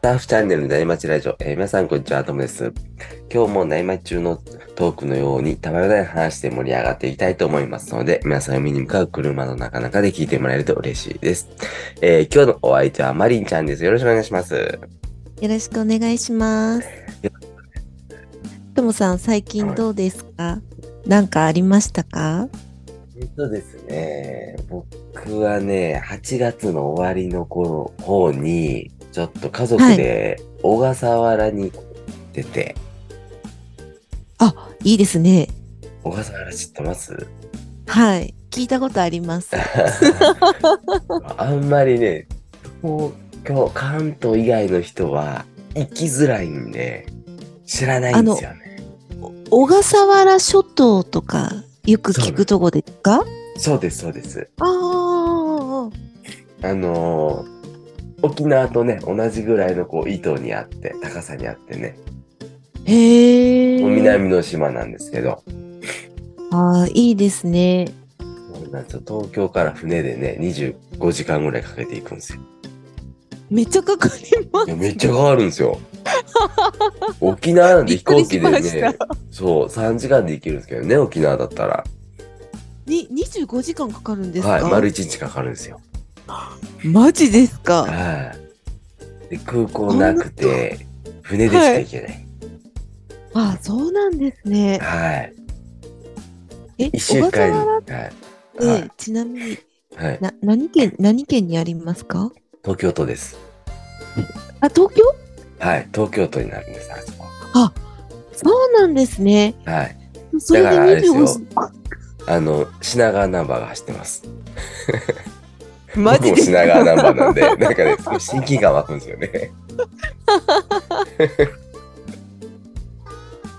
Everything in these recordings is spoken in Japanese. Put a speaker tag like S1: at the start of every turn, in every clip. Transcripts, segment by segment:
S1: ターフチャンネルの内町ラジオ、えー皆さんこんにちは、アトムです。今日も内町中のトークのように、たまらない話で盛り上がっていきたいと思いますので、皆さん読みに向かう車の中々で聞いてもらえると嬉しいです。えー今日のお相手はマリンちゃんです。よろしくお願いします。
S2: よろしくお願いします。ともさん、最
S1: はい
S2: 近どうですかなんかありましたか
S1: えっとですね、僕はね、8月の終わりの頃方に、ちょっと家族で小笠原に行ってて、
S2: いいですね。
S1: 小笠原知ってます
S2: はい。聞いたことあ ります。
S1: あんまりね、東京、関東以外の人は行きづらいんで、知らないんですよね。
S2: お小笠原諸島とか、よく聞くとこですか
S1: そうです、そうです。
S2: ああ、
S1: あのー沖縄とね、同じぐらいのこう、糸にあって、高さにあってね、
S2: へえ。
S1: もう南の島なんですけど、
S2: ああ、いいですね。
S1: そうなんですよ東京から船でね、25時間ぐらいかけて行くんですよ。
S2: めっちゃかかりま
S1: い
S2: す。
S1: やめっちゃ変わるんですよ。沖縄なんて飛行機で
S2: びっくりしま
S1: ね
S2: し、
S1: そう、3時間で行けるんですけどね、沖縄だったら。
S2: に25時間かかるんですか、
S1: はい、丸一日かかるんですよ。
S2: マジですか
S1: はい。で、空港なくて、船でしか行けない。
S2: ああ、そうなんですね。
S1: はい。
S2: え、
S1: 一
S2: 小
S1: 週
S2: 笠
S1: 間
S2: 原っ
S1: に、はい。は
S2: て
S1: い、
S2: ちなみに
S1: はい。
S2: な何県何県にありますか？
S1: 東京都です。
S2: あ東京？
S1: はい。東京都になるんです、あそこ。
S2: そうなんですね。
S1: はい。
S2: それで
S1: だからあれですよ
S2: 25時間。
S1: あの、品川ナンバーが走ってます。
S2: マジ
S1: 僕も
S2: で
S1: 品川ナンバーなんで、 なんかね、すごい親近感湧くんですよね。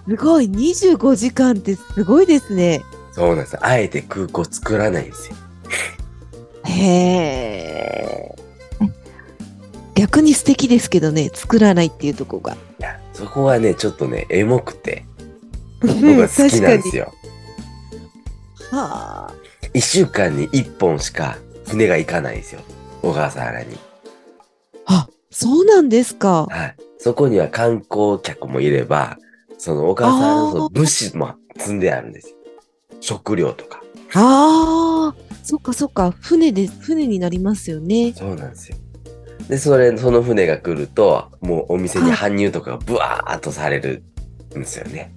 S2: すごい25時間ってすごいですね。
S1: そうなんですよ。あえて空港作らないんですよ。
S2: へえ。逆に素敵ですけどね作らないっていうとこが。
S1: いや、そこはね、ちょっとね、エモくて、僕は好きなんですよ。
S2: 確かに。はあ。
S1: 一週間に一本しか船が行かないんですよ。小笠原に。
S2: あそうなんですか。
S1: はい。そこには観光客もいれば、その小笠原のその
S2: あー
S1: 物資も積んであるんですよ。食料とか。
S2: ああ。そっかそっか船で船になりますよね。
S1: そうなんですよ。で、それ、その船が来ると、もうお店に搬入とかがブワーっとされるんですよね。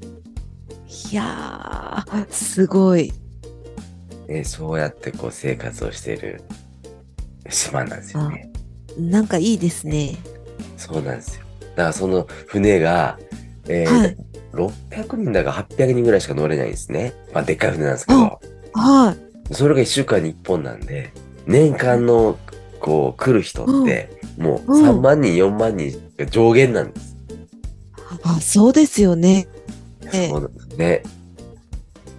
S2: いやーすごい。
S1: ねそうやってこう生活をしてる島なんですよね。
S2: なんかいいですね。
S1: そうなんですよ。だからその船が、えー
S2: はい
S1: 600人だか800人ぐらいしか乗れないんですね。まあ、でっかい船なんですけど
S2: あ。はい。
S1: それが1週間に1本なんで、年間の、こう、来る人って、もう
S2: うん
S1: 3万人、4万人が上限なんです。
S2: あ、そうですよね。ええ
S1: そうなんですね。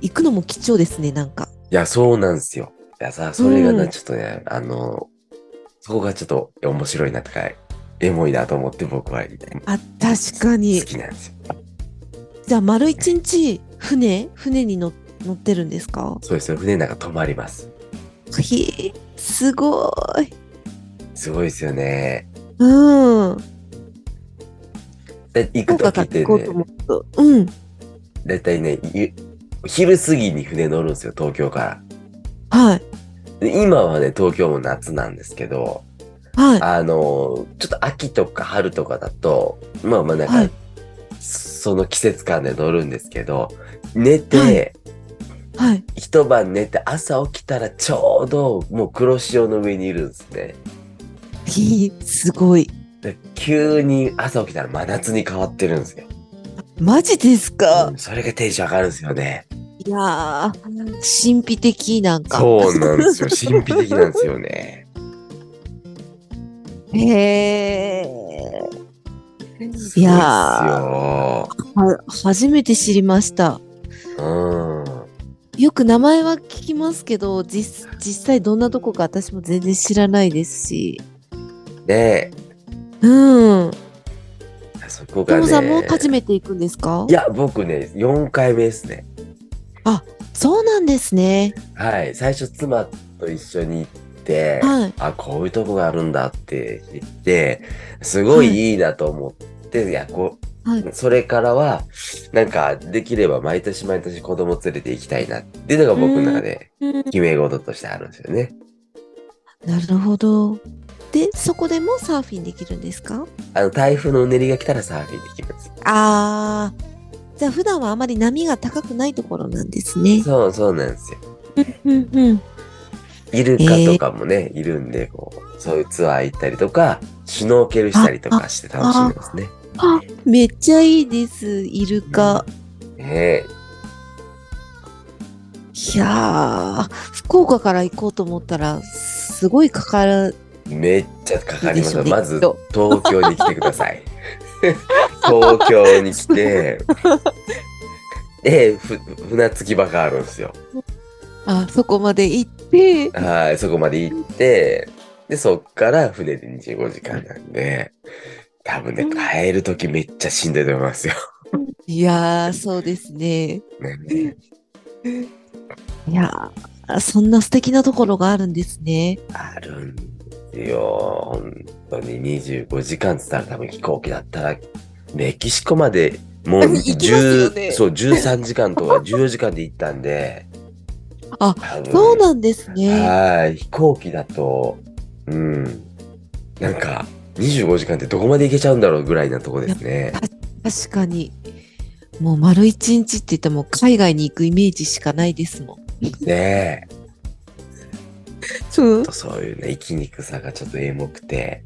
S2: 行くのも貴重ですね、なんか。
S1: いや、そうなんですよ。いやさ、それが
S2: う
S1: な、
S2: ん
S1: ちょっとね、あの、そこがちょっと面白いなとか、エモいなと思って僕は好
S2: あ、確かに。
S1: きなんですよ。
S2: じゃあ、丸一日、船船に乗乗ってるんですか
S1: そうですよ。船なんか止まります。
S2: へえ、すごい。
S1: すごいですよね。
S2: うん。
S1: で、行くときっ
S2: 行
S1: て
S2: こうと
S1: ね
S2: 思、うと。うん。
S1: だいたいね、ゆ昼過ぎに船乗るんですよ、東京から。
S2: はい。
S1: で今はね、東京も夏なんですけど、
S2: はい。
S1: あの、ちょっと秋とか春とかだと、まあまあなんか、
S2: はい
S1: その季節感で乗るんですけど、寝て、
S2: はいはい。
S1: 一晩寝て朝起きたらちょうどもう黒潮の上にいるんですね。
S2: へえ、すごい。
S1: で急に朝起きたら真夏に変わってるんですよ。
S2: マジですか、
S1: うんそれがテンション上がるんですよね。
S2: いやー、神秘的なんか。
S1: そうなんですよ。神秘的なんですよ ね。
S2: へえ。
S1: す
S2: い
S1: ごいっす
S2: や
S1: よ。
S2: は初めて知りました。
S1: うん。
S2: よく名前は聞きますけど実実際どんなとこか私も全然知らないですし
S1: で、
S2: うん
S1: そこが
S2: 友
S1: ね。
S2: さんも初めて行くんですか
S1: いや、僕ね、4回目ですね。
S2: そうなんですね
S1: はい、最初妻と一緒に行っって、
S2: はい。
S1: あ、こういうとこがあるんだって知って、すごいいいなと思って、い、や、こう、
S2: はい
S1: それからは、なんか、できれば毎年毎年子供連れて行きたいなっていうのが僕の中で決め事としてあるんですよね。
S2: なるほど。で、そこでもサーフィンできるんですか
S1: あの、台風のうねりが来たらサーフィンできます。
S2: ああ。じゃあ普段はあまり波が高くないところなんですね。
S1: そう、そうなんですよ。
S2: うんうん。
S1: イルカとかもね、いるんで、こう、そういうツアー行ったりとか、シュノーケルしたりとかして楽しんでますね。
S2: めっちゃいいです、イルカ。
S1: ねえ
S2: いやー、福岡から行こうと思ったら、すごいかかる
S1: めっちゃかかりますよ。
S2: いいでしょうね
S1: まず、東京に来てください。 東京に来て、 で、ふ船着き場があるんですよ。
S2: あ、そこまで行って、
S1: はい、そこまで行って、で、そっから船で25時間なんで、多分ね、帰るときめっちゃしんどいと思いますよ。
S2: いやー、そうですね。
S1: ね
S2: いやー、そんな素敵なところがあるんですね。
S1: あるんですよ。本当に25時間って言ったら多分飛行機だったら、メキシコまでもう
S2: 行きますよ
S1: 10、
S2: ね
S1: そう、13時間とか14時間 で行ったんで、
S2: あ
S1: 多分
S2: そうなんですね。
S1: はい、飛行機だと、うん、なんか25時間ってどこまで行けちゃうんだろうぐらいなとこですね。
S2: 確かに。もう丸一日って言ったらもう海外に行くイメージしかないですもん。
S1: ねえ
S2: そう。
S1: そういうね、生きにくさがちょっとエモくて。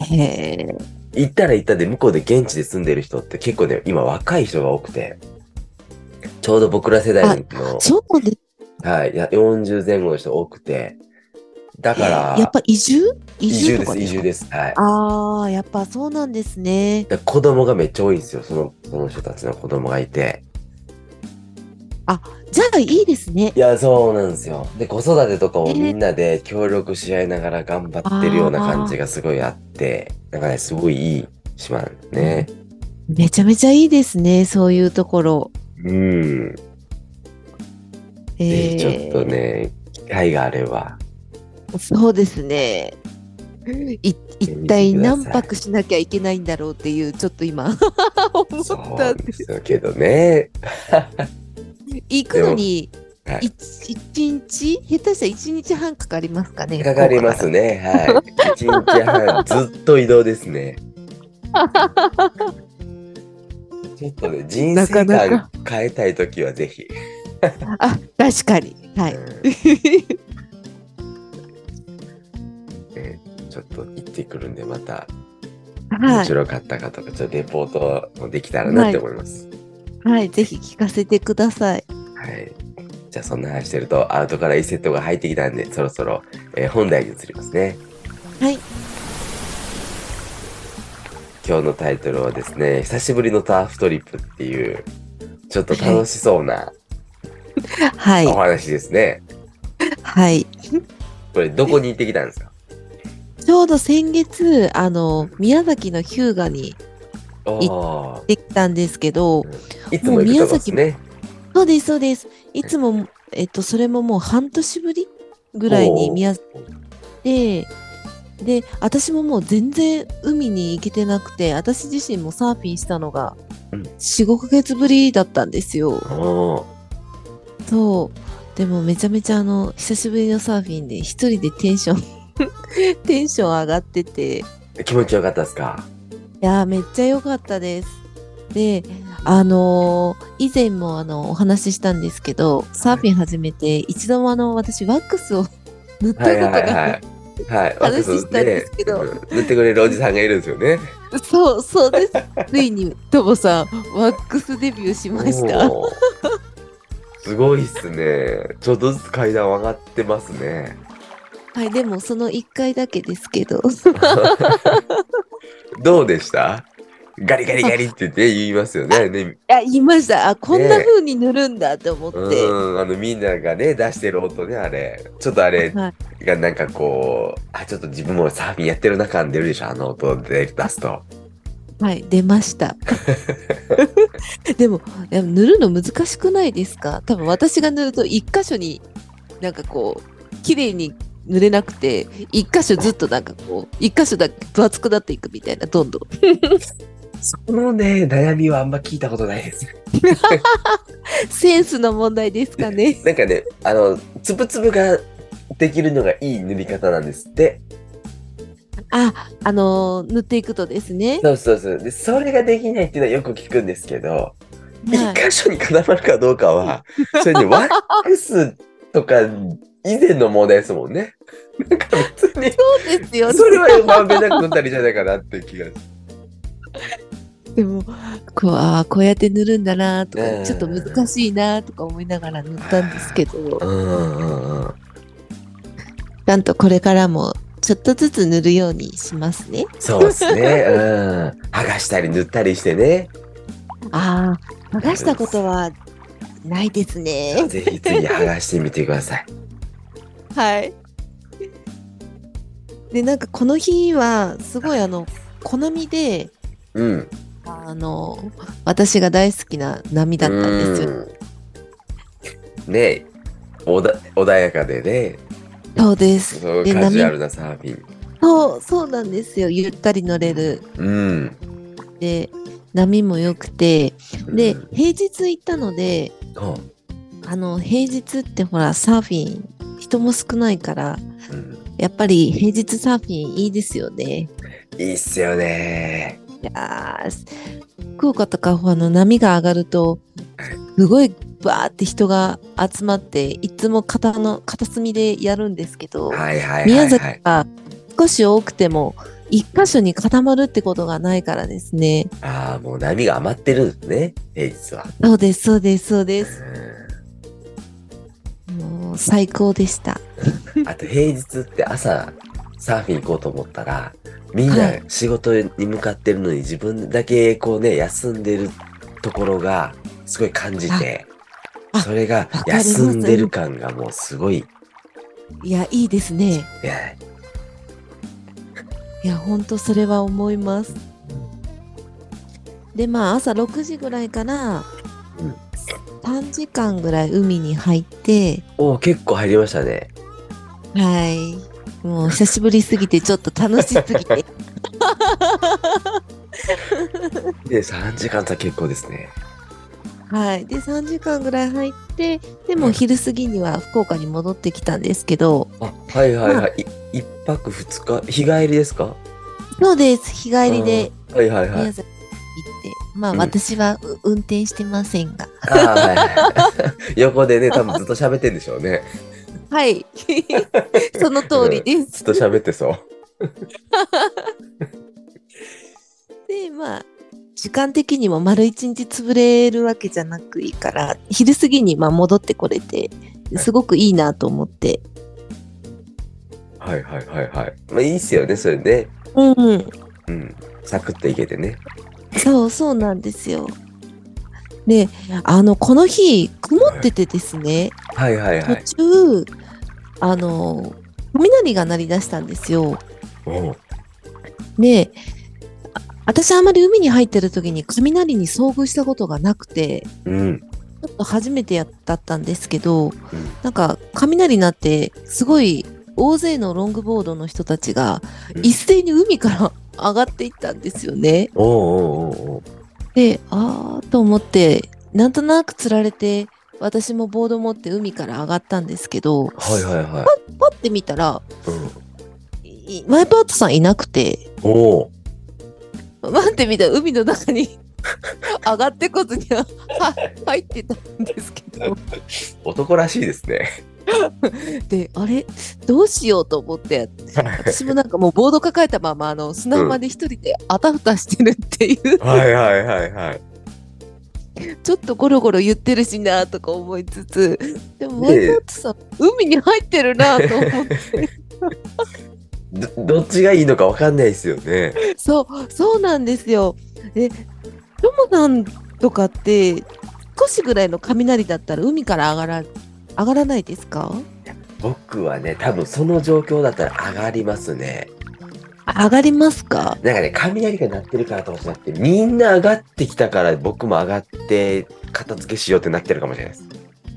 S2: へえ。
S1: 行ったら行ったで向こうで現地で住んでる人って結構ね、今若い人が多くて、ちょうど僕ら世代の、
S2: そうなんです。
S1: はい、いや40前後の人多くて、だから、
S2: やっぱ移住移
S1: 移住で
S2: 住とか
S1: す、移
S2: です
S1: 住
S2: か
S1: です。はい。
S2: ああ、やっぱそうなんですね。
S1: だから子供がめっちゃ多いんですよ、その、その人たちの子供がいて。
S2: じゃあいいですね
S1: い。や、そうなんですよ。で、子育てとかをみんなで協力し合いながら頑張ってるような感じがすごいあって、なんかね、すごいいい島なんですね。
S2: めちゃめちゃいいですね。そういうところ。
S1: うん。ぜひちょっと
S2: え
S1: ね、機会があれば。
S2: ーそうですね。い一体何泊しなきゃいけないんだろうっていうちょっと今 思っ
S1: そう
S2: た
S1: なん
S2: んで
S1: ですすよけどね。
S2: 行くのに
S1: でもはい
S2: 一一日下手したら一日半かかりますかね
S1: かかりますね。はい。一日半、ずっと移動です ね。ちょっとね、人
S2: なか
S1: 生
S2: な
S1: 観
S2: か
S1: 変えたいときはぜひ。
S2: あ確かに は
S1: う
S2: い
S1: んねちょっと行ってくるんで、また面
S2: は
S1: 白かったかとか、ちょっとレポートもできたらなって思います。
S2: い、はい、ぜひ聞かせてください
S1: はい。じゃあ、そんな話してると、アウトから1セットが入ってきたんで、そろそろ、えー本題に移りますね。
S2: はい
S1: 今日のタイトルはですね、久しぶりのターフトリップっていう、ちょっと楽しそうな
S2: はい
S1: お話ですね。
S2: はい
S1: これ、どこに行ってきたんですか
S2: ちょうど先月あの宮崎の日向に
S1: おー
S2: できたんですけど
S1: いつも行くとこですね。
S2: そうですそうですいつもえっとそれももう半年ぶりぐらいに宮崎でで私ももう全然海に行けてなくて私自身もサーフィンしたのが
S1: うん
S2: 45ヶ月ぶりだったんですよ
S1: おー
S2: そうでもめちゃめちゃあの久しぶりのサーフィンで一人でテンシ ョンテンション上がっててい
S1: 気持ちよかったです か
S2: やーめっちゃ良かったですであのー以前もあのお話ししたんですけどサーフィン始めて一度もあの私ワックスを 塗ったこ
S1: は
S2: と
S1: い
S2: が
S1: は
S2: ないくて
S1: はい。はい、
S2: 話したんですけど
S1: ワックスねうん塗ってくれるおじさんがいるんですよね。
S2: そう、そうです。ついに、ともさん、ワックスデビューしました。
S1: おーすごいっすね。ちょっとずつ階段上がってます ね。
S2: はい、でも、その1回だけですけど。
S1: どうでしたガリガリガリって、ね、言いますよね。ね
S2: あ、言いました。あ、こんな
S1: ねえ
S2: 風に塗るんだと思って。
S1: うん、あのみんながね、出してる音ね、あれ。ちょっとあれ
S2: はい
S1: がなんかこう、あ、ちょっと自分もサーフィンやってる中に出るでしょ、あの音で出すと。
S2: はい、出ました。でも、でも塗るの難しくないですか多分、私が塗ると1箇所になんかこう、綺麗に濡れなくて一箇所ずっとなんかこう一箇所だけ分厚くなっていくみたいなどんどん
S1: そこのね、悩みはあんま聞いたことないです。
S2: センスの問題ですかね
S1: なんかね、あの、つぶつぶができるのがいい塗り方なんですって。
S2: ああのー塗っていくとですね
S1: そうそうそう。で、それができないっていうのはよく聞くんですけど、一、
S2: はい
S1: 箇所に固まるかどうかは、それにワックスとか以前の問題ですもんね。なんか別に、
S2: そうですよね
S1: それはまんべんなく塗ったりじゃないかなって気がし
S2: でもこうあーこうやって塗るんだなとか、
S1: うん
S2: ちょっと難しいなとか思いながら塗ったんですけど
S1: うんうんうん。
S2: なんとこれからもちょっとずつ塗るようにしますね。
S1: そうですね。うん。剥がしたり塗ったりしてね。
S2: ああ、剥がしたことはないですね。
S1: ぜひ次剥がしてみてください。
S2: はい。で、なんかこの日はすごいあの好みで、
S1: うん。
S2: あの私が大好きな波だったんですよ。
S1: うんねえおだ穏やかでね
S2: そうです。
S1: そう
S2: で
S1: カジュア
S2: 波
S1: ルなサーフィン
S2: そうそうなんですよ。ゆったり乗れる
S1: うん
S2: で波も良くて、で
S1: うん
S2: 平日行ったので、
S1: そ
S2: あの平日ってほらサーフィン人も少ないから。
S1: ううん
S2: やっぱり平日サーフィンいいですよね。
S1: いいっすよね
S2: いやー福岡とかあの波が上がるとすごいバーって人が集まっていつも片の片隅でやるんですけど、
S1: はいはいは
S2: 宮
S1: いはい
S2: 崎は少し多くても一箇所に固まるってことがないからですね。
S1: ああもう波が余ってるんですね平日は
S2: そうですそうですそうです。
S1: う
S2: もう最高でした。
S1: んあと平日って朝サーフィン行こうと思ったらみんな
S2: はい
S1: 仕事に向かってるのに自分だけこうね休んでるところがすごい感じて
S2: ああ
S1: それが
S2: かります
S1: 休んでる感がもうすごい
S2: いやいいですね。
S1: いや
S2: いや本当それは思います。でまあ朝6時ぐらいから
S1: うん
S2: 3時間ぐらい海に入って、
S1: お結構入りましたね。
S2: はいもう久しぶりすぎてちょっと楽しすぎ て
S1: で、3時間とは結構ですね。
S2: はいで3時間ぐらい入ってでもう昼過ぎには福岡に戻ってきたんですけど
S1: あ、はいはい
S2: ま
S1: はい。い一泊二日、日帰りですか
S2: そうです日帰りで
S1: あーはいはいはい
S2: 宮。崎行って、まあ
S1: うん
S2: 私はう運転してませんが
S1: あーはいはい、 横でね、多分ずっと喋ってんでしょうね。
S2: はい その通りです。
S1: ずっと喋ってそう。
S2: でまあ時間的にも丸一日潰れるわけじゃなくいいから昼過ぎにまあ戻ってこれてすごくいいなと思って、
S1: はいはいはいはい。まあいいっすよね、それね。
S2: うん
S1: うん。サクッといけてね。
S2: そうそうなんですよであのこの日曇っててですね、
S1: はいはいはい。
S2: 途中あの雷が鳴り出したんですよ
S1: おう
S2: であ私あまり海に入ってる時に雷に遭遇したことがなくて、
S1: うん。
S2: ちょっと初めてやったったんですけど、なんか雷鳴ってすごい大勢のロングボードの人たちが
S1: うん
S2: 一斉に海から上がっていったんですよね。
S1: おうおうおうおう。
S2: であーと思ってなんとなくつられて私もボード持って海から上がったんですけど
S1: はいはいは
S2: パッて見たら
S1: い。うん、
S2: いワイプアウトさんいなくて
S1: おお。
S2: 待ってみたら海の中に 上がってこずには入ってたんですけど。
S1: 男らしいですね。
S2: であれどうしようと思って私もなんかもうボード抱えたままあの砂浜で一人であたふたしてるっていう、
S1: はいはいはいはい。
S2: ちょっとゴロゴロ言ってるしなとか思いつつでもワ
S1: ねえ
S2: イパートさん海に入ってるなと思って
S1: どどっちがいいのかわかんないですよね。
S2: そうそうなんですよ。でともさんとかって少しぐらいの雷だったら海から上がら上がらないですか
S1: 僕はね多分その状況だったら上がりますね
S2: 上がりますか
S1: なんかね雷が鳴ってるからとかじゃなくてみんな上がってきたから僕も上がって片付けしようってなってるかもしれないです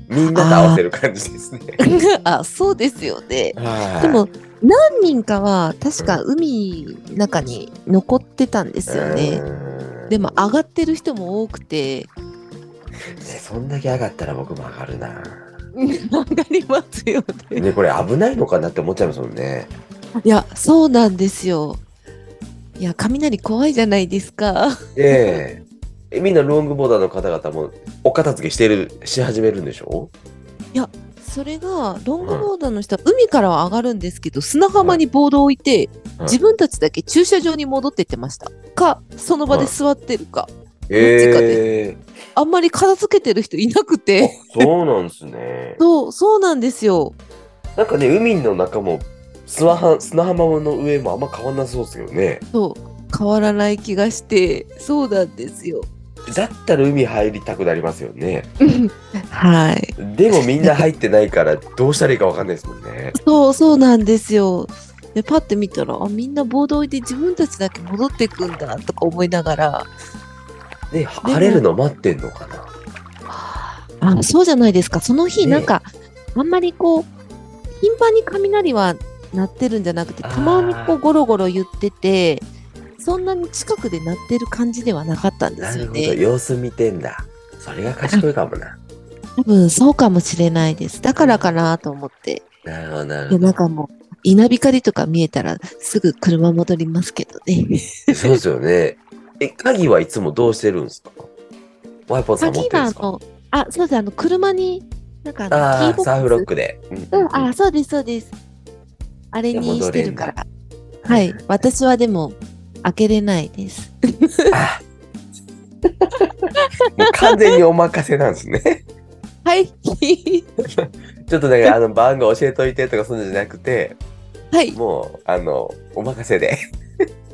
S1: みんなと合わせる感じですね。
S2: あ、そうですよね。
S1: はい
S2: でも、何人かは確か海の中に残ってたんですよね。
S1: うん
S2: でも上がってる人も多くて、
S1: ねそんだけ上がったら僕も上がるな。
S2: 上がりますよね。
S1: ね、これ危ないのかなって思っちゃいますもんね。
S2: いや、そうなんですよ。いや、雷怖いじゃないですか。
S1: で、えみんなロングボーダーの方々もお片付けしてる、し始めるんでしょ
S2: それが、ロングボーダーの人は海からは上がるんですけど、砂浜にボードを置いて、
S1: はい
S2: 自分たちだけ駐車場に戻ってってました。か、その場で座ってるか。ちか
S1: ええ
S2: あんまり片付けてる人いなくて。
S1: そうなんですね。
S2: そう、そうなんですよ。
S1: なんかね、海の中も砂浜砂浜の上もあんま変わんなそうですけどね。
S2: そう、変わらない気がして、そうなんですよ。
S1: だったら海入りたくなりますよね。
S2: はい。
S1: でもみんな入ってないからどうしたらいいかわかんないですもんね。
S2: そう、そうなんですよ。で、パッて見たら、あ、みんなボード置いて自分たちだけ戻ってくんだとか思いながら、
S1: ね、晴れるの待ってんのかな。
S2: あそうじゃないですか。その日、
S1: ね
S2: なんか、あんまりこう、頻繁に雷は鳴ってるんじゃなくて、
S1: あー
S2: たまにこう、ゴロゴロ言ってて、そんなに近くで鳴ってる感じではなかったんで
S1: な
S2: す
S1: る
S2: よ
S1: ほど、
S2: ね。
S1: 様子見てんだ。それが賢いかもな。
S2: 多分そうかもしれないです。だからかなと思って。
S1: なるほど、ないるほ
S2: や、なんかもう、稲光とか見えたら、すぐ車戻りますけどね。
S1: ど。そうですよね。え、鍵はいつもどうしてるんですかワイポンさん持っ
S2: 鍵
S1: てるんで
S2: はあ
S1: すか
S2: の、あ、そうです、あの、車に、なんかあの、
S1: あ
S2: キ
S1: あ、
S2: ーボックス
S1: サーフロックで。
S2: うん、
S1: うん
S2: あ、そうです、そうです。あれにしてるから。は
S1: う
S2: い
S1: ん。
S2: 私はでも、開けれないです。
S1: あもう完全にお任せなんですね。
S2: はい。
S1: ちょっとだからあの番号教えといてとかそういうのじゃなくて、
S2: はい。
S1: もうあのお任せで。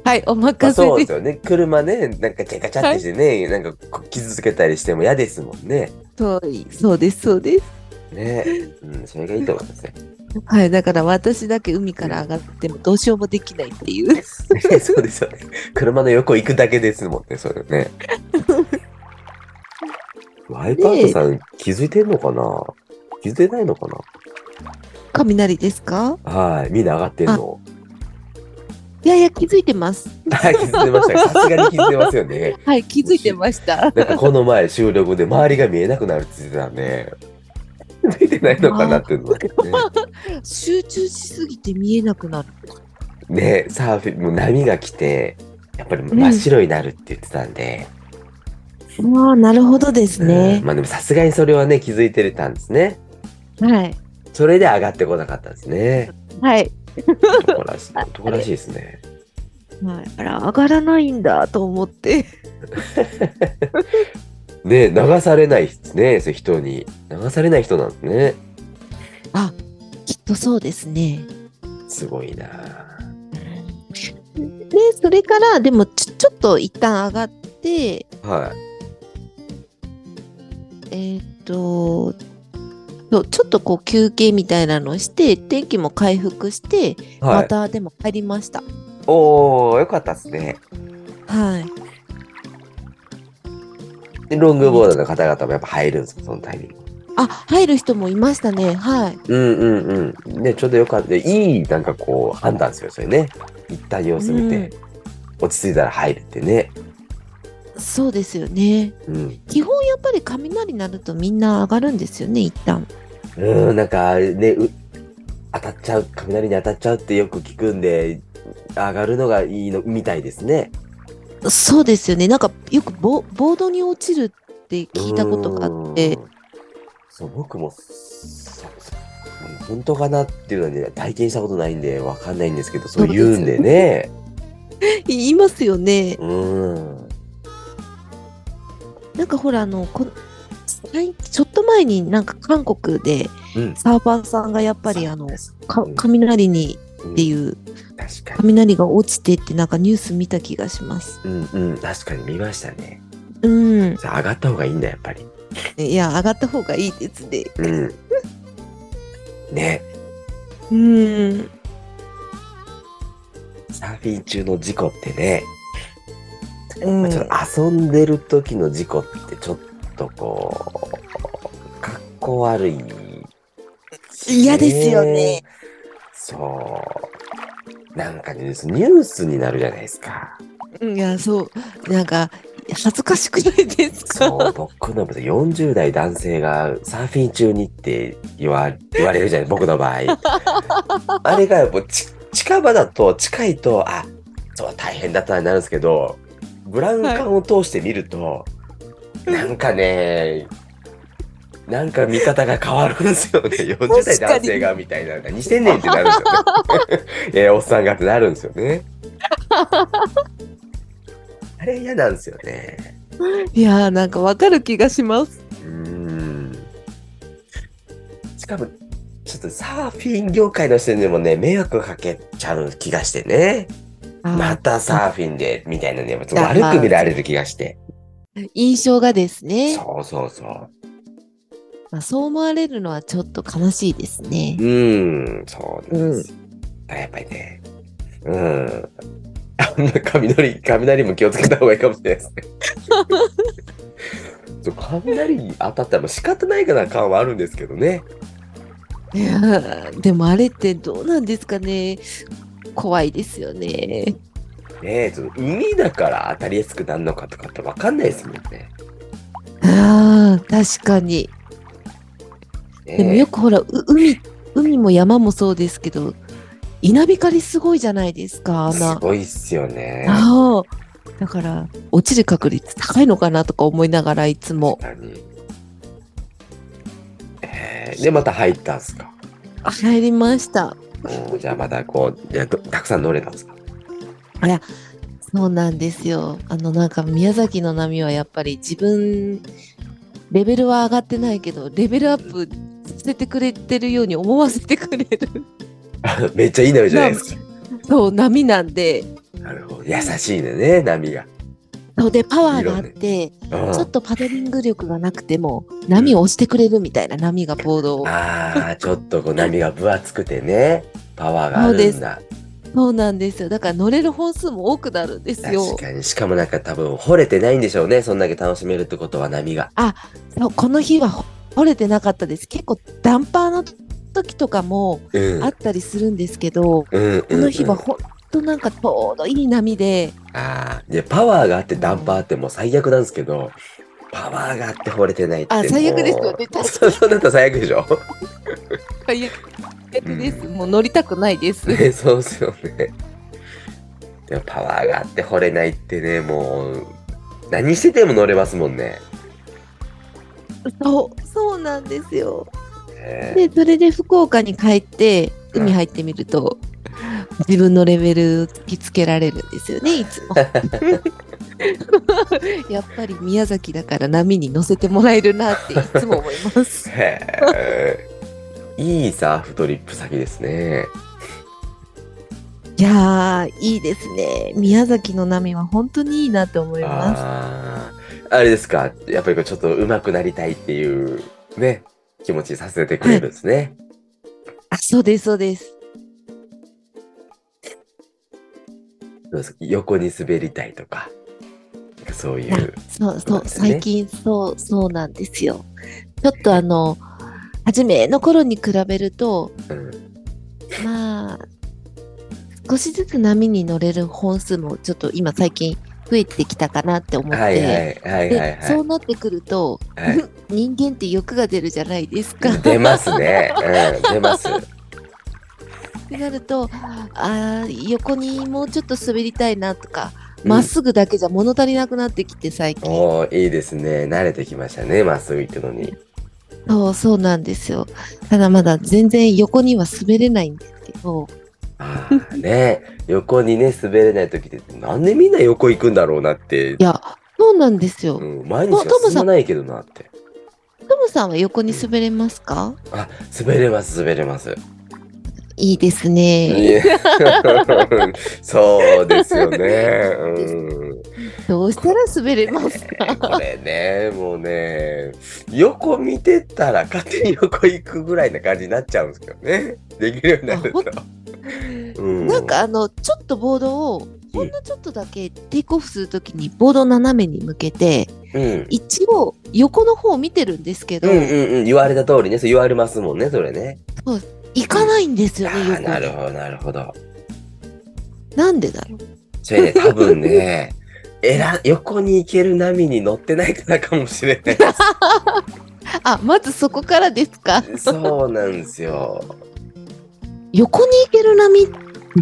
S2: はい。お
S1: まあ、
S2: 任
S1: そう
S2: せ
S1: で。
S2: です
S1: よね。車ね、なんかチャカチャってしてね、なんかこう傷つけたりしても嫌ですもんね。
S2: そうそうです、そうです。
S1: ね、うん、それがいいと思いますね。
S2: はい。だから私だけ海から上がってもどうしようもできないっていう。
S1: そうですよね。車の横行くだけですもんね、それね。ワイパートさん気づいてんのかな気づいてないのか
S2: 雷ですか
S1: なはい、みんな上がってんの。
S2: いやいや、気づいてます。
S1: はい、気づいてました。さすがに気づいてますよね。
S2: はい。気づいてました。
S1: なんかこの前収録で周りが見えなくなるって言ってたんで、気づいてないのかなっていうのは
S2: 集中しすぎて見えなくなる。
S1: ね。ね、サーフィン、もう波が来て、やっぱり真っ白になるって言ってたんで、
S2: ああ、なるほどです
S1: う
S2: ね
S1: ん。まあでもさすがにそれはね、気づいてたんですね。
S2: はい。
S1: それで上がってこなかったんですね。
S2: はい。
S1: 男ら しい、男らしいですね。
S2: はい、あら、上がらないんだと思って。
S1: ね、流されないですね、そういう人に。流されない人なんですね。
S2: あ、きっとそうですね。
S1: すごいな。
S2: で、それから、でもちょ、ちょっと一旦上がって、
S1: はい。
S2: えーっと、そうちょっとこう休憩みたいなのをして、天気も回復して、
S1: はい。
S2: またでも帰りました。
S1: おお、よかったですね。
S2: はい。
S1: で、ロングボードの方々もやっぱ入るんですか、そのタイミング。
S2: あ、入る人もいましたね。はい。
S1: うんうんうん。ね、ちょうどよかった。いい、なんかこう、判断ですよ、それね。一旦様子見て、落ち着いたら入るってね。
S2: そうですよね。
S1: うん。
S2: 基本やっぱり雷鳴るとみんな上がるんですよね、一旦。
S1: うん、なんか、ね、う当たっちゃう、雷に当たっちゃうってよく聞くんで、上がるのがいいの、みたいですね。
S2: そうですよね。なんかよくボボードに落ちるって聞いたことがあって
S1: う、ん。そう、僕も、そそ本当かなっていうのはね、体験したことないんで、わかんないんですけど、そう言うんでね。
S2: 言いますよね。
S1: うん。
S2: なんかほら、あの、こ最ちょっと前になんか韓国で
S1: うん。
S2: サーファーさんがやっぱりあの、か
S1: うん
S2: 雷にって
S1: う
S2: い
S1: ん。
S2: う、
S1: 確かに。
S2: 雷が落ちてってなんかニュース見た気がします。
S1: うんうん。確かに見ましたね。
S2: うん。
S1: さあ上がった方がいいんだ、やっぱり。
S2: いや、上がった方がいいですね。
S1: うん。ね。
S2: うん。
S1: サーフィン中の事故ってね、
S2: うん、
S1: ちょっと遊んでる時の事故ってちょっとこう、かっこ悪い。
S2: 嫌ですよね。
S1: そう。なんかね、ニュースになるじゃないですか。
S2: うんいや、そう、なんか、恥ずかしくないですか
S1: そう、僕の場合、40代男性がサーフィン中にって言わ言われるじゃない、僕の場合。あれがもうち近場だと、近いと、あそう、大変だったなになるんですけど、ブラウン管を通して見ると、なんかね、なんか見方が変わるんですよね。40代男性がみたいな、何してんねんってなるんですよね。えおっさんがってなるんですよね。あれ嫌なんですよね。
S2: いやー、なんかわかる気がします。
S1: うーんしかも、ちょっとサーフィン業界の人にもね、迷惑かけちゃう気がしてね。ま
S2: あ
S1: たサーフィンで、みたいなね、
S2: や
S1: 悪く見られる気がして。
S2: ー印象がですね、
S1: そうそうそう。
S2: まあ、そう思われるのはちょっと悲しいですね
S1: う。ーん、そうなんです。だからやっぱりね、うん。 あんな雷、雷も気をつけた方がいいかもしれない ですね。そう雷当たったらもう仕方ないかな感はあるんですけどね。
S2: いやーでもあれってどうなんですかね。怖いですよね。
S1: ねえ、ちょっと海だから当たりやすくなるのかとかってわかんないですもんね。
S2: ああ、確かに。
S1: ねえ
S2: でもよくほら、う海、海も山もそうですけど、稲光すごいじゃないですか、
S1: す
S2: 穴。
S1: ごいっすよね。
S2: ああ。だから、落ちる確率高いのかなとか思いながらいつも。
S1: 確かにえーで、また入ったんすか。
S2: 入りました。
S1: うんじゃあまたこういやどたくさん乗れたんすか。
S2: そうなんですよ。あの、なんか宮崎の波はやっぱり自分、レベルは上がってないけど、レベルアップさせてくれてるように思わせてくれる。
S1: めっちゃいい波じゃないですか。
S2: そう、波なんで。
S1: なるほど。優しいねね、波が。
S2: そうで、パワーがあって、
S1: うん
S2: ちょっとパドリング力がなくても、波を押してくれるみたいな波がボードを。
S1: ああ、ちょっとこう波が分厚くてね、パワーがあるんだ。
S2: そうなんですよ。だから乗れる本数も多くなるんです
S1: 確
S2: よ。
S1: かに。しかもなんか多分惚れてないんでしょうね。そんだけ楽しめるってことは波が。
S2: そうこの日はほ掘れてなかったです。結構ダンパーの時とかも
S1: うん。
S2: あったりするんですけど、
S1: うんこ
S2: この日はほんとなんかちょうどいい波で、
S1: ああ、で、パワーがあってダンパーってもう最悪なんですけど、パワーがあって惚れてないってもう。
S2: あ最悪ですよね確かに
S1: そう、そうなったら最悪でしょ
S2: 最悪です。
S1: う
S2: もう乗りたくないです。
S1: ね、そうですよね。でもパワーがあって惚れないってね、もう、何してても乗れますもんね。
S2: そう、そうなんですよ。
S1: えー
S2: で、それで福岡に帰って、海入ってみると、自分のレベル突きつけられるんですよね、いつ も。やっぱり宮崎だから波に乗せてもらえるなっていつも思います。
S1: へーいいサーフトリップ先ですね。
S2: いやー、いいですね。宮崎の波は本当にいいなって思います。
S1: ああ、あれですか。やっぱりこうちょっと上手くなりたいっていう、ね、気持ちにさせてくれるんですね。
S2: あ、そうです、そうです。
S1: どうですか横に滑りたいとか、なんかそうい
S2: あ
S1: う。
S2: そう
S1: そうなんで
S2: そう、
S1: すね
S2: 最近そう、そうなんですよ。ちょっとあの、初めの頃に比べると、
S1: うん、
S2: まあ、少しずつ波に乗れる本数もちょっと今最近増えてきたかなって思って、
S1: はいはいはい
S2: で、
S1: はい
S2: そ
S1: は
S2: うなってくると、
S1: い。はい
S2: 人間って欲が出るじゃないですか。
S1: 出ますね。うん、出ます。
S2: ってなるとあー横にもうちょっと滑りたいなとかまっすぐだけじゃ物足りなくなってきて最
S1: うん、
S2: 近、
S1: おーいいですね。慣れてきましたね。まっすぐ行くのに。
S2: そうそうなんですよただまだ全然横には滑れないんですけど
S1: ああ、ね。横にね、滑れない時って、なんでみんな横行くんだろうなって
S2: い。やそうなんですよ、
S1: うん、毎日は進まないけどなって。
S2: トムさんは横に滑れますか
S1: あ、滑れます、滑れます。
S2: いいですね、
S1: いえ そうですよね。うん。
S2: どうしたら滑れますか、
S1: これね、もうね、横見てたら勝手に横行くぐらいな感じになっちゃうんですけどね。できるようになる
S2: あほん
S1: と。う
S2: なんかあのちょっとボードをほんのちょっとだけテイクオフするときにボードを斜めに向けて、
S1: うん。
S2: 一応横の方を見てるんですけど、
S1: うんうんうん。言われた通りね。そう言われますもんね、それね。
S2: 行かないんですよね、
S1: ああ、
S2: 横
S1: なるほど、なるほど。
S2: なんでだろう。
S1: それね、多分ね、えら横に行ける波に乗ってないからかもしれ ないで
S2: あ、まずそこからですか。
S1: す。そうなんですよ。
S2: 横に行ける波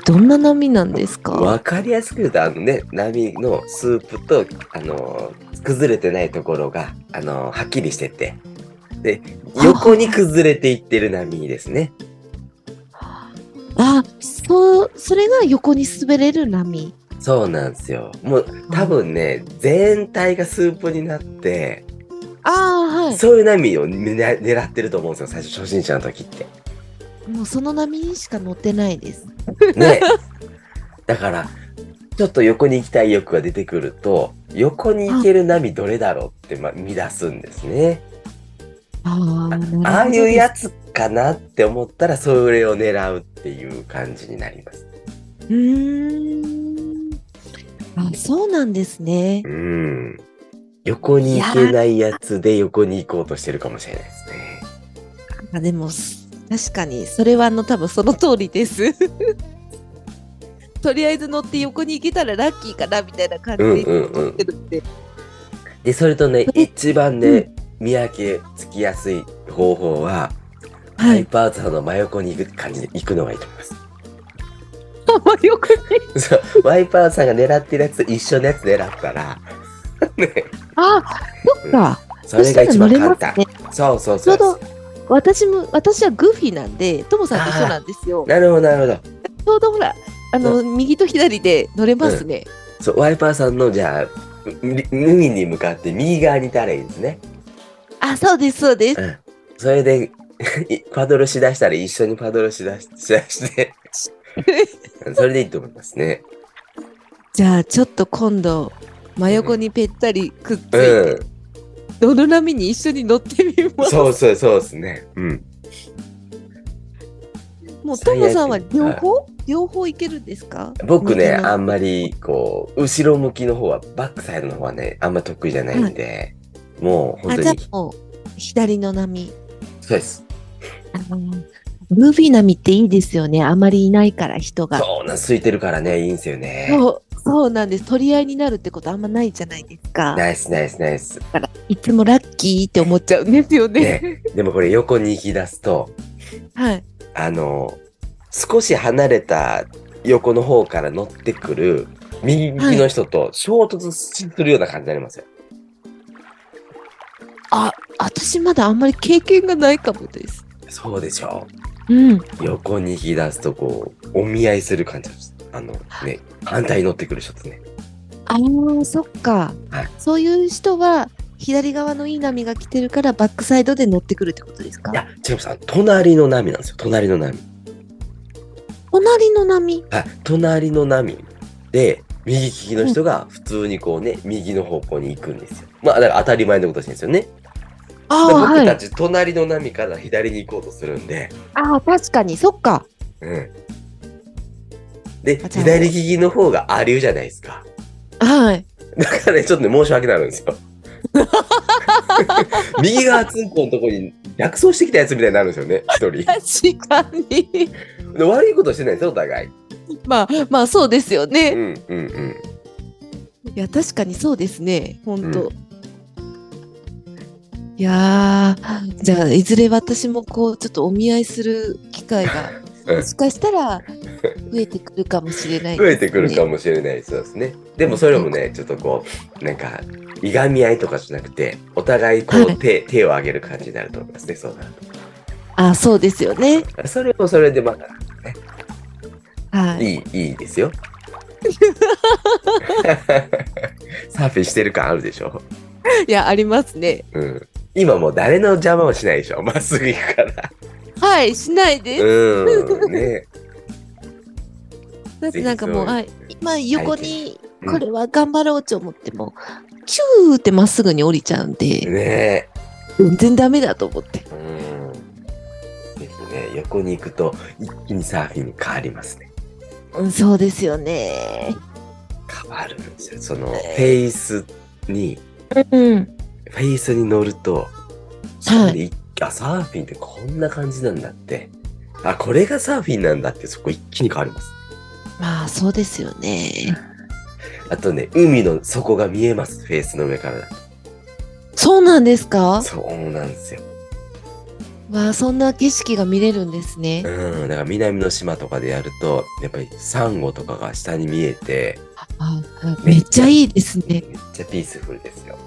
S2: どんな波なんですか
S1: わかりやすく言うと、あのね、波のスープと、あのー崩れてないところが、あのーはっきりしてて。で、横に崩れていってる波ですね。
S2: あそうそれが横に滑れる波
S1: そうなんですよ。もう、多分ね、全体がスープになって、
S2: ああは
S1: そういう波を狙狙ってると思うんですよ、最初、初心者の時って。
S2: いもうその波にしか乗ってないです
S1: ね。だから、ちょっと横に行きたい欲が出てくると、横に行ける波どれだろうって、ま、見出すんですね。
S2: ああなるほど
S1: ああいうやつかなって思ったら、それを狙うっていう感じになります。
S2: うーんあそうなんですね
S1: うん。横に行けないやつで横に行こうとしてるかもしれないですね。
S2: あでもす確かにそれはあの多分その通りです とりあえず乗って横に行けたらラッキーかなみたいな感じ
S1: うん
S2: で
S1: うん
S2: 乗
S1: うん
S2: っ。てるんで、
S1: で、それとね、
S2: それ
S1: 一番ね、見分けつきやすい方法は、ハ
S2: は
S1: イ
S2: い
S1: パーツァーの真横に行く感じで行くのがいいと思います。
S2: あんまりよくない
S1: そう、ワイパーさんが狙ってるやつと一緒のやつ狙ったら、ね、
S2: あそっか、
S1: それが一番簡単。
S2: ね
S1: そうそう
S2: ち
S1: そ
S2: ょ
S1: う
S2: うど私も私はグーフィーなんでトモさんと一緒なんですよ。
S1: なるほど、なるほど。
S2: ちょうどほらあの、右と左で乗れますね。
S1: そう、ワイパーさんの、じゃあ、み海に向かって右側にいたらいいんですね。
S2: あそうですそう
S1: う
S2: で
S1: ん。それで、 いパドルしだしたら一緒にパドルしだししだ して、
S2: す。
S1: それでいいと思いますね。
S2: じゃあちょっと今度真横にぺったりくっついて、
S1: う
S2: どの波に一緒に乗ってみま
S1: ん。
S2: す。
S1: そうそうそうですね。うん。
S2: もうト
S1: 最悪
S2: モさんは両方、両方いけるんですか？
S1: 僕ね、
S2: 右の
S1: あんまり、こう、後ろ向きの方は、バックサイドの方はね、あんま得意じゃないんで、もう、本
S2: あ
S1: 当
S2: じゃ
S1: に、
S2: あもう左の波。
S1: そうです。
S2: あのグーフィー波っていいですよね。あまりいないから人が。
S1: そうなん、空いてるからね、いいんですよね。
S2: そうそうなんです。取り合いになるってことあんまないじゃないですか。
S1: ナイスナイスナイ ス。
S2: いつもラッキーって思っちゃうんですよね。
S1: ねでもこれ横に行き出すと、
S2: はい。
S1: あの、少し離れた横の方から乗ってくる右利きの人と衝突するような感じになりますよ。
S2: あ、私まだあんまり経験がないかもです。
S1: そうでしょ
S2: うん。
S1: う。横に行き出すと、こう、お見合いする感じです。あのね、反対に乗ってくる人とね。
S2: あのそっか、
S1: はい
S2: そういう人は左側のいい波が来てるからバックサイドで乗ってくるってことですか
S1: いや、ちなみさん、隣の波なんですよ。隣の波。
S2: 隣の波。
S1: はい、隣の波で右利きの人が普通にこうね、右の方向に行くんですよ。まあだから当たり前のことしてるんですよね。だから
S2: ああ、
S1: 僕
S2: はい。
S1: た
S2: あ
S1: ち隣の波から左に行こうとするんで、
S2: あ、確かに、そっか。
S1: うん。で、
S2: あじゃあ
S1: 左利きの方がありゅうじゃないですか。
S2: はい。
S1: だからね、ちょっとね、申し訳なるんで すよ。右側通行のとこに逆走してきたやつみたいになるんですよね、一人。
S2: 確かに。
S1: で悪いことしてないですよ、お互い。
S2: まあ、まあ、そうですよ
S1: う
S2: ね。
S1: んうんうん。
S2: いや、確かにそうですね。本当。いやーじゃあいずれ私もこうちょっとお見合いする機会が
S1: うん
S2: もしかしたら増えてくるかもしれないですね、
S1: 増えてくるかもしれないそうですね。でもそれもね、ちょっとこう、なんか、いがみ合いとかじゃなくて、お互いこ
S2: は
S1: う
S2: い
S1: 手、手を上げる感じになると思いますね、そうなる
S2: あそうですよね
S1: と。それもそれでまた、
S2: はい
S1: いい、いいですよ。サーフィンしてる感あるでしょ。
S2: いやありますね
S1: うん。今もう誰の邪魔もしないでしょ。まっすぐ行くから。
S2: はいしないです、
S1: うん。 ね。
S2: だってなんかもう
S1: ぜ
S2: あ今横に
S1: うん
S2: これは頑張ろうと思っても、キューってまっすぐに降りちゃうんで
S1: ね
S2: 全然ダメだと思って
S1: うん。ぜひね、横に行くと一気にサーフィンに変わりますね。
S2: うんそうですよね
S1: 変わるんですよ。その、フ
S2: えー
S1: ェイスに、
S2: うん。
S1: フェイスに乗ると、
S2: はい。
S1: い、あサーフィンってこんな感じなんだって。あ、これがサーフィンなんだって、そこ一気に変わります。
S2: まあ、そうですよね。
S1: あとね、海の底が見えます、フェイスの上からだと
S2: そうなんですか
S1: そうなんですよ。
S2: わあ、そんな景色が見れるんですね。
S1: うん、だから南の島とかでやると、やっぱりサンゴとかが下に見えて、
S2: ああめっちゃいいですね。
S1: めっちゃピースフルですよ。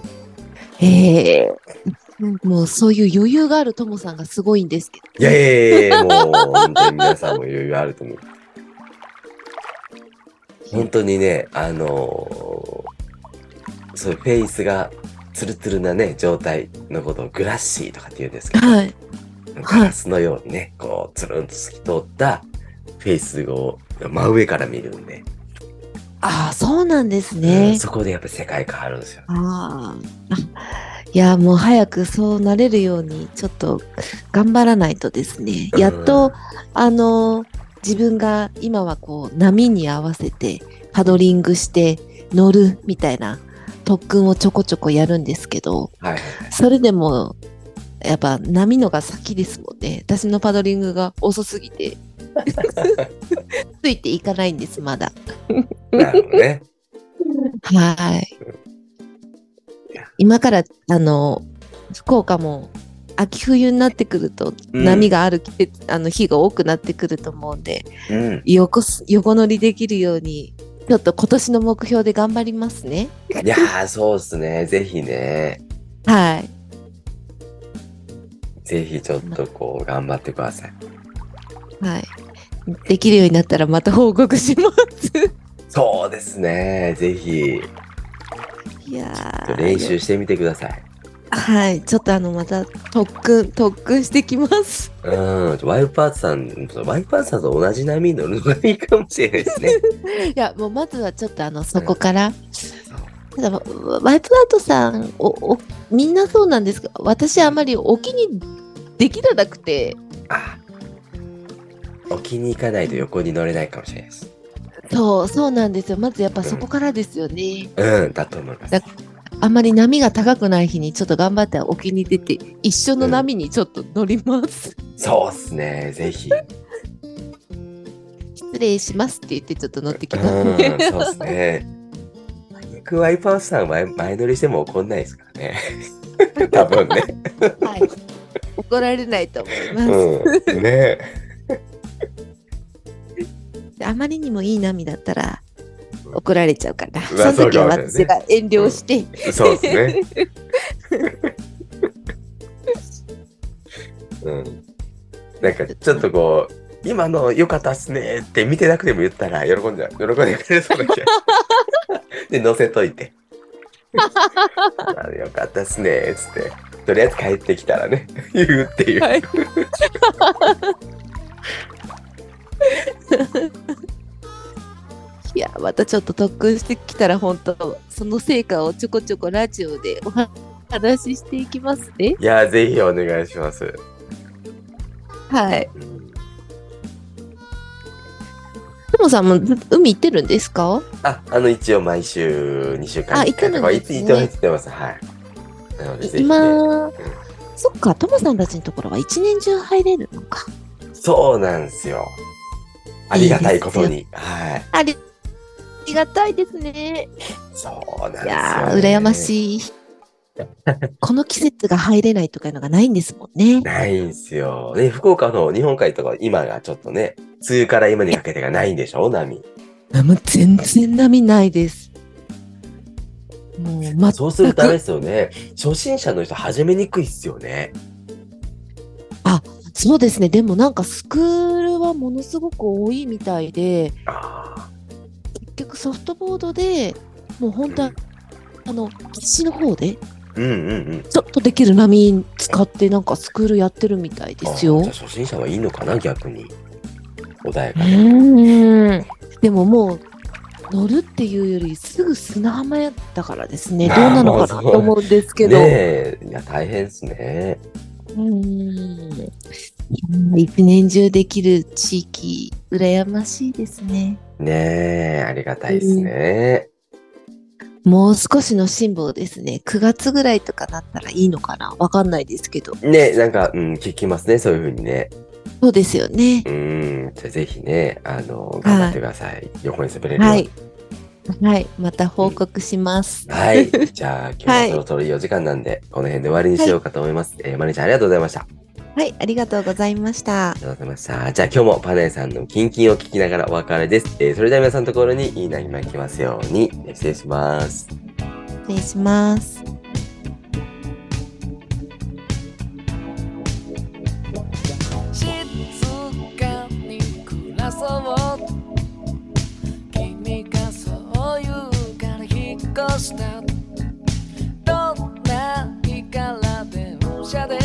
S2: ええもうそういう余裕があるともさんがすごいんですけど。
S1: いやいやいやいやもう、本当に皆さんもいろいろあると思 う。本当にね、あのーそういうフェイスがツルツルなね、状態のことをグラッシーとかって言うんですけど、
S2: はい。
S1: ガラスのようにね、こう、つるんと透き通ったフェイスを真上から見るんで、
S2: ああ、そうなんです
S1: うん
S2: ね。
S1: そこでやっぱ世界変わるんですよ。
S2: ああ。いや、もう早くそうなれるように、ちょっと頑張らないとですね。やっと、あの、自分が今はこう、波に合わせて、パドリングして乗るみたいな特訓をちょこちょこやるんですけど、
S1: はいはい
S2: それでも、やっぱ波のが先ですもんね。私のパドリングが遅すぎて、ついていかないんです、まだ。
S1: はい。なるほどね。
S2: はい
S1: いや。
S2: 今から、あの、福岡も秋冬になってくると、
S1: うん
S2: 波がある季節、あの日が多くなってくると思うんで、
S1: うん。
S2: 横す、横乗りできるように、ちょっと今年の目標で頑張りますね。
S1: いやー、そうっすね。ぜひね、
S2: はい。
S1: ぜひちょっとこう、頑張ってください。
S2: はい。できるようになったらまた報告します。
S1: そうですね。ぜひ、
S2: いやー
S1: 練習してみてください。
S2: はい、ちょっとあのまた特訓特訓してきます。
S1: うん。ワイルドパーツさん、ワイルドパーツさんと同じ波に乗るのがいいかもしれないです ね。
S2: いやもうまずはちょっとあのそこから。
S1: そう
S2: ただわワイプアウトさんおおみんなそうなんですが、私あまりお気にできなくて、
S1: あ沖に行かないと横に乗れないかもしれないです。
S2: そうそうなんですよ。まずやっぱそこからですよね。
S1: うん、だと思います
S2: だ。あまり波が高くない日にちょっと頑張って沖に出て一緒の波にちょっと乗ります。
S1: そうっすね。ぜひ。
S2: 失礼しますって言ってちょっと乗ってき
S1: う
S2: ます
S1: ん、
S2: ね。
S1: そうっす ね。僕ワイルドパーツさんは前乗りしても怒んないですから ね。多分ね。
S2: はい。怒られないと思います。
S1: うん。ね。
S2: あまりにもいい波だったら怒られちゃうから、
S1: うわ
S2: その時は
S1: そうかもし
S2: 私
S1: れな
S2: が遠慮して、
S1: そうっすね。うん。なんかちょっとこう、今の良かったっすねって見てなくても言ったら喜んじゃう。喜んでくれそうな 気がで、乗せといて。あ良かったっすねーっつって。とりあえず帰ってきたらね、言うっていう。
S2: はいいやまたちょっと特訓してきたら本当その成果をちょこちょこラジオでお話ししていきますね
S1: いやー、ぜひお願いします。
S2: はいともさんもず海行ってるんですか
S1: あ、あの、一応毎週2週間
S2: あ
S1: に一回とか、
S2: 行
S1: い
S2: って
S1: つ
S2: るん
S1: 行
S2: ですね
S1: ってます。はい。なので、
S2: い
S1: ぜひ、ね。
S2: 今そっかともさんたちのところは一年中入れるのか
S1: そうなんですよ。ありがたいことに。はい。
S2: ありありがたいですね
S1: そうなん
S2: い
S1: ですよ、ね。
S2: やー、羨ま
S1: い。
S2: しい。この季節が入れないとかいうのがないんですもんね。
S1: ないんですよ。ね、福岡の日本海とか今がちょっとね、梅雨から今にかけてがないんでしょ波。
S2: もう全然波ないです。もう、ま、
S1: そうするとあれですよね。初心者の人始めにくいっすよね。
S2: そうですね。でもなんかスクールはものすごく多いみたいで、
S1: あ
S2: 結局ソフトボードで、もう本当は、あの、岸の方で、
S1: あ。うんうんうん。
S2: ちょっとできる波使ってなんかスクールやってるみたいです
S1: あ
S2: よ
S1: じゃあ。初心者はいいのかな逆に。穏や
S2: う
S1: かに。
S2: ーん。でももう、乗るっていうよりすぐ砂浜やったからですね、どうなの
S1: まあま
S2: かな
S1: あそう
S2: と思うんですけど。
S1: ねえ。いや、大変っすね。
S2: うーん一年中できる地域、羨ましいですね。
S1: ねえ、ありがたいっすね。
S2: もう少しの辛抱ですね。9月ぐらいとかなったらいいのかなわかんないですけど。
S1: ね、なんか、うん、聞きますね、そういうふうにね。
S2: そうですよね。
S1: うん、じゃあぜひね、あの、頑張ってください。横に滑れるよう
S2: は
S1: に
S2: い。はい。また報告します。
S1: はい。 じゃあ、今日はそろそろいいお時間なんで、この辺で終わりにしようかと思います。えーマネちゃん、ありがとうございました。あ
S2: はい。ありがとうございました。
S1: りがとうございました。じゃあ、今日もパネさんのキンキンを聞きながらお別れです。えーそれでは皆さんのところにいい波が来ますように、えー失礼します。
S2: 失礼します。
S3: 静かに暮らそう君がそう言うから引っ越したどんな日から電車で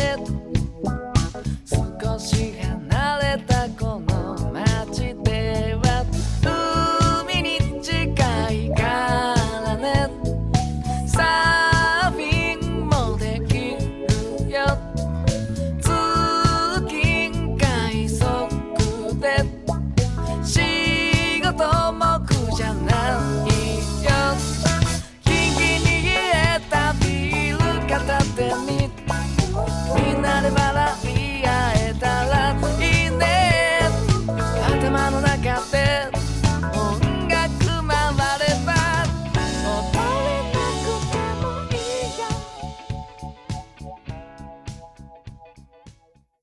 S3: 少し